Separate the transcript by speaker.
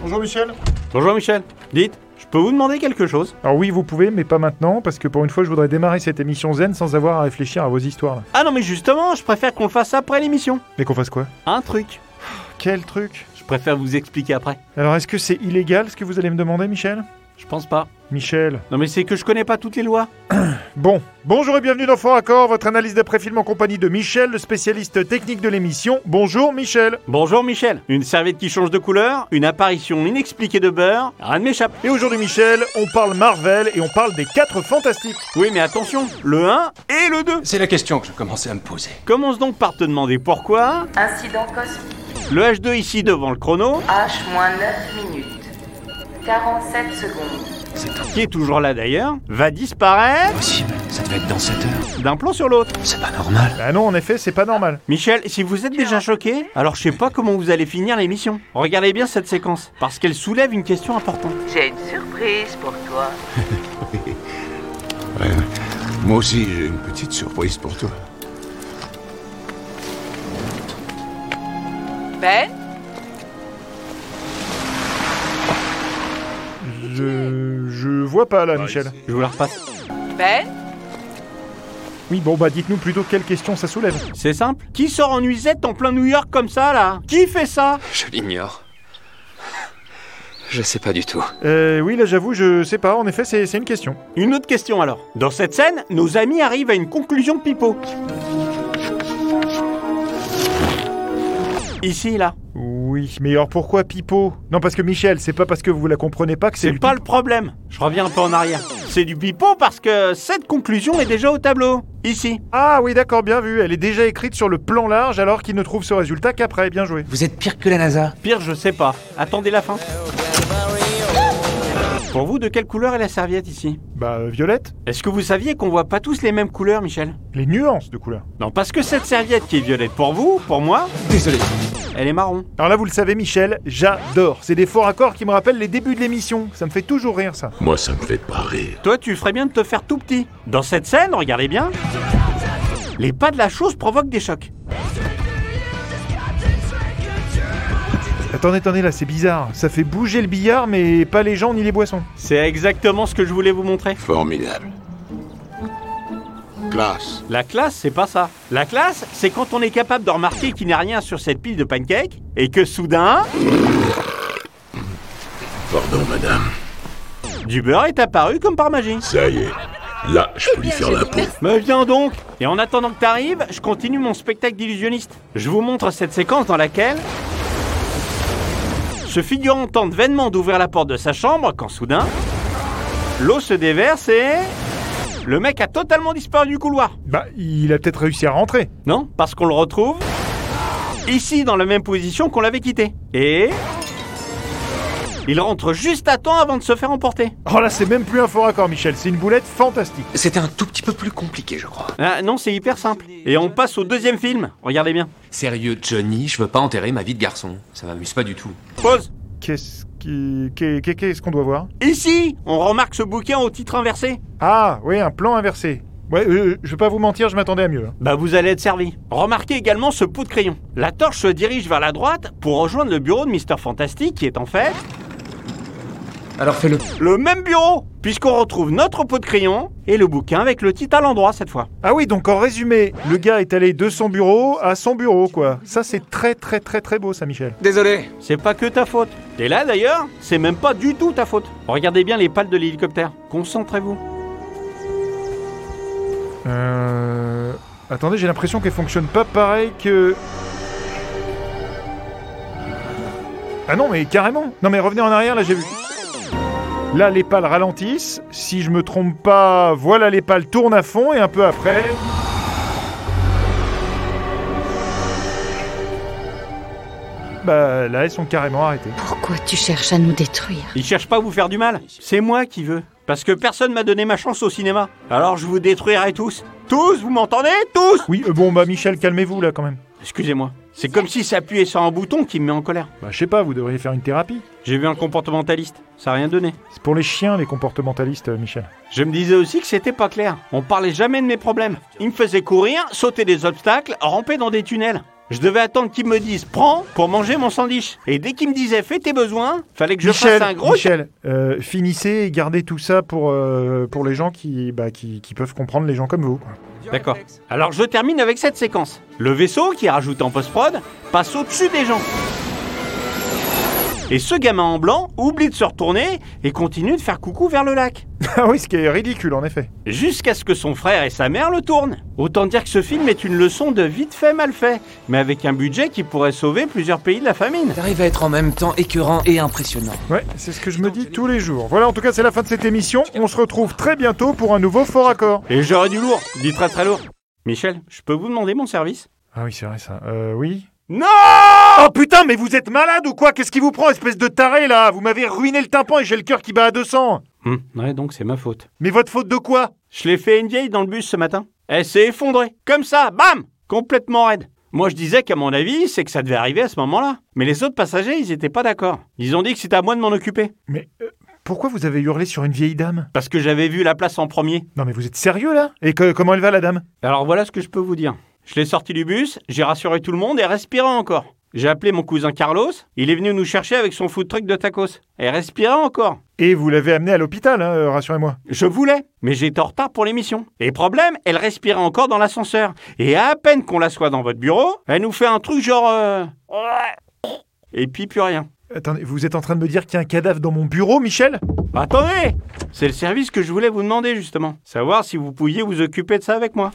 Speaker 1: Bonjour Michel.
Speaker 2: Bonjour Michel. Dites, je peux vous demander quelque chose
Speaker 3: Alors oui, vous pouvez, mais pas maintenant, parce que pour une fois, je voudrais démarrer cette émission zen sans avoir à réfléchir à vos histoires. Là.
Speaker 2: Ah non mais justement, je préfère qu'on le fasse après l'émission.
Speaker 3: Mais qu'on fasse quoi
Speaker 2: Un truc.
Speaker 3: Quel truc
Speaker 2: Je préfère vous expliquer après.
Speaker 3: Alors est-ce que c'est illégal ce que vous allez me demander, Michel
Speaker 2: Je pense pas.
Speaker 3: Michel.
Speaker 2: Non mais c'est que je connais pas toutes les lois.
Speaker 3: Bon, bonjour et bienvenue dans Fort Accord, votre analyse d'après-film en compagnie de Michel, le spécialiste technique de l'émission. Bonjour Michel.
Speaker 2: Bonjour Michel. Une serviette qui change de couleur, une apparition inexpliquée de beurre, rien ne m'échappe.
Speaker 3: Et aujourd'hui Michel, on parle Marvel et on parle des quatre fantastiques.
Speaker 2: Oui mais attention, le 1 et le 2.
Speaker 4: C'est la question que je commençais à me poser.
Speaker 2: Commence donc par te demander pourquoi
Speaker 5: Incident cosmique.
Speaker 2: le H2 ici devant le chrono,
Speaker 5: H-9 minutes. 47 secondes.
Speaker 4: C'est
Speaker 2: qui est toujours là d'ailleurs, va disparaître
Speaker 4: impossible. Ça devait être dans 7 heures.
Speaker 2: d'un plan sur l'autre.
Speaker 4: C'est pas normal.
Speaker 3: Bah non, en effet, c'est pas normal.
Speaker 2: Michel, si vous êtes déjà choqué, alors je sais pas comment vous allez finir l'émission. Regardez bien cette séquence, parce qu'elle soulève une question importante.
Speaker 5: J'ai une surprise pour toi.
Speaker 6: Moi aussi, j'ai une petite surprise pour toi.
Speaker 5: Ben
Speaker 3: Je... Je vois pas là, Michel.
Speaker 2: Je vous la repasse.
Speaker 5: Ben
Speaker 3: Oui, bon bah dites-nous plutôt quelle question ça soulève.
Speaker 2: C'est simple. Qui sort en nuisette en plein New York comme ça là Qui fait ça
Speaker 4: Je l'ignore. Je sais pas du tout.
Speaker 3: Euh, oui, là j'avoue, je sais pas, en effet, c'est c'est une question.
Speaker 2: Une autre question alors. Dans cette scène, nos amis arrivent à une conclusion pipeau. Ici là.
Speaker 3: Oui, mais alors pourquoi Pipo Non, parce que Michel, c'est pas parce que vous la comprenez pas que c'est
Speaker 2: C'est
Speaker 3: du
Speaker 2: pas le problème. Je reviens un peu en arrière. C'est du pipeau parce que cette conclusion est déjà au tableau. Ici.
Speaker 3: Ah oui, d'accord, bien vu. Elle est déjà écrite sur le plan large alors qu'il ne trouve ce résultat qu'après. Bien joué.
Speaker 4: Vous êtes pire que la NASA.
Speaker 2: Pire, je sais pas. Attendez la fin. Pour vous, de quelle couleur est la serviette ici
Speaker 3: Bah, euh, violette
Speaker 2: Est-ce que vous saviez qu'on voit pas tous les mêmes couleurs, Michel
Speaker 3: Les nuances de couleur.
Speaker 2: Non, parce que cette serviette qui est violette pour vous, pour moi,
Speaker 4: Désolé.
Speaker 2: elle est marron.
Speaker 3: Alors là, vous le savez, Michel, j'adore. C'est des forts accords qui me rappellent les débuts de l'émission. Ça me fait toujours rire, ça.
Speaker 6: Moi, ça me fait pas rire.
Speaker 2: Toi, tu ferais bien de te faire tout petit. Dans cette scène, regardez bien. Les pas de la chose provoquent des chocs.
Speaker 3: Attendez, attendez, là, c'est bizarre. Ça fait bouger le billard, mais pas les gens ni les boissons.
Speaker 2: C'est exactement ce que je voulais vous montrer.
Speaker 6: Formidable. Classe.
Speaker 2: La classe, c'est pas ça. La classe, c'est quand on est capable de remarquer qu'il n'y a rien sur cette pile de pancakes et que soudain,
Speaker 6: Pardon, madame.
Speaker 2: du beurre est apparu comme par magie.
Speaker 6: Ça y est. Là, je peux lui faire la peau.
Speaker 2: Mais viens donc Et en attendant que t'arrives, je continue mon spectacle d'illusionniste. Je vous montre cette séquence dans laquelle... Ce figurant tente vainement d'ouvrir la porte de sa chambre quand soudain... L'eau se déverse et... Le mec a totalement disparu du couloir.
Speaker 3: Bah, il a peut-être réussi à rentrer.
Speaker 2: Non Parce qu'on le retrouve... Ici, dans la même position qu'on l'avait quitté. Et... Il rentre juste à temps avant de se faire emporter.
Speaker 3: Oh là, c'est même plus un fort accord, Michel. C'est une boulette fantastique.
Speaker 4: C'était un tout petit peu plus compliqué, je crois.
Speaker 2: Ah, non, c'est hyper simple. Et on passe au deuxième film. Regardez bien.
Speaker 4: Sérieux, Johnny, je veux pas enterrer ma vie de garçon. Ça m'amuse pas du tout.
Speaker 2: Pause.
Speaker 3: Qu'est-ce qui- qu'est- qu'est- qu'est-ce qu'on doit voir
Speaker 2: Ici, on remarque ce bouquin au titre inversé.
Speaker 3: Ah, oui, un plan inversé. Ouais, euh, je vais pas vous mentir, je m'attendais à mieux. hein.
Speaker 2: Bah vous allez être servi. Remarquez également ce pot de crayon. La torche se dirige vers la droite pour rejoindre le bureau de Mister Fantastique qui est en fait
Speaker 4: Alors fais-le.
Speaker 2: le même bureau puisqu'on retrouve notre pot de crayon et le bouquin avec le titre à l'endroit cette fois.
Speaker 3: Ah oui, donc en résumé, le gars est allé de son bureau à son bureau, quoi. Ça, c'est très, très, très, très beau, ça, Michel.
Speaker 4: Désolé.
Speaker 2: C'est pas que ta faute. Et là d'ailleurs, c'est même pas du tout ta faute. Regardez bien les pales de l'hélicoptère. Concentrez-vous.
Speaker 3: Euh... Attendez, j'ai l'impression qu'elle fonctionne pas pareil que... Ah non, mais carrément Non, mais revenez en arrière, là, j'ai vu. Là, les pales ralentissent. Si je me trompe pas, voilà, les pales tournent à fond, et un peu après... Bah, là, elles sont carrément arrêtées.
Speaker 7: Pourquoi tu cherches à nous détruire
Speaker 2: Il cherche pas à vous faire du mal. C'est moi qui veux. Parce que personne m'a donné ma chance au cinéma. Alors je vous détruirai tous. Tous, vous m'entendez Tous
Speaker 3: Oui, euh, bon, bah, Michel, calmez-vous, là, quand même.
Speaker 2: Excusez-moi. C'est comme si s'appuyer sur un bouton qui me met en colère.
Speaker 3: Bah, je sais pas, vous devriez faire une thérapie.
Speaker 2: J'ai vu un comportementaliste. Ça a rien donné.
Speaker 3: C'est pour les chiens, les comportementalistes, euh, Michel.
Speaker 2: Je me disais aussi que c'était pas clair. On parlait jamais de mes problèmes. Il me faisait courir, sauter des obstacles, ramper dans des tunnels. Je devais attendre qu'ils me disent prends pour manger mon sandwich. Et dès qu'ils me disaient fais tes besoins, fallait que je
Speaker 3: Michel,
Speaker 2: fasse un gros.
Speaker 3: Michel, euh, finissez et gardez tout ça pour, euh, pour les gens qui, bah, qui, qui peuvent comprendre les gens comme vous. quoi.
Speaker 2: D'accord. Alors je termine avec cette séquence. Le vaisseau, qui est rajouté en post-prod, passe au-dessus des gens. Et ce gamin en blanc oublie de se retourner et continue de faire coucou vers le lac.
Speaker 3: Ah oui, ce qui est ridicule en effet.
Speaker 2: Jusqu'à ce que son frère et sa mère le tournent. Autant dire que ce film est une leçon de vite fait mal fait, mais avec un budget qui pourrait sauver plusieurs pays de la famine.
Speaker 1: T'arrives à être en même temps écœurant et impressionnant.
Speaker 3: Ouais, c'est ce que je me dis tous les jours. Voilà, en tout cas, c'est la fin de cette émission. On se retrouve très bientôt pour un nouveau Fort Accord.
Speaker 2: Et j'aurais du lourd, du très très lourd. Michel, je peux vous demander mon service
Speaker 3: Ah oui, c'est vrai ça. Euh, oui
Speaker 2: Non
Speaker 3: Oh putain, mais vous êtes malade ou quoi Qu'est-ce qui vous prend, espèce de taré là Vous m'avez ruiné le tympan et j'ai le cœur qui bat à 200
Speaker 2: Hum, Ouais, donc c'est ma faute.
Speaker 3: Mais votre faute de quoi
Speaker 2: Je l'ai fait une vieille dans le bus ce matin. Elle s'est effondrée. Comme ça, bam Complètement raide. Moi, je disais qu'à mon avis, c'est que ça devait arriver à ce moment-là. Mais les autres passagers, ils n'étaient pas d'accord. Ils ont dit que c'était à moi de m'en occuper.
Speaker 3: Mais euh, pourquoi vous avez hurlé sur une vieille dame
Speaker 2: Parce que j'avais vu la place en premier.
Speaker 3: Non mais vous êtes sérieux là Et que- comment elle va la dame
Speaker 2: Alors voilà ce que je peux vous dire. Je l'ai sorti du bus, j'ai rassuré tout le monde et respirant encore. J'ai appelé mon cousin Carlos, il est venu nous chercher avec son food truck de tacos. Et respirant encore.
Speaker 3: Et vous l'avez amenée à l'hôpital, hein, euh, rassurez-moi.
Speaker 2: Je voulais, mais j'étais en retard pour l'émission. Et problème, elle respirait encore dans l'ascenseur. Et à peine qu'on la soit dans votre bureau, elle nous fait un truc genre... euh, Et puis plus rien.
Speaker 3: Attendez, vous êtes en train de me dire qu'il y a un cadavre dans mon bureau, Michel
Speaker 2: Bah, Attendez C'est le service que je voulais vous demander justement. Savoir si vous pouviez vous occuper de ça avec moi.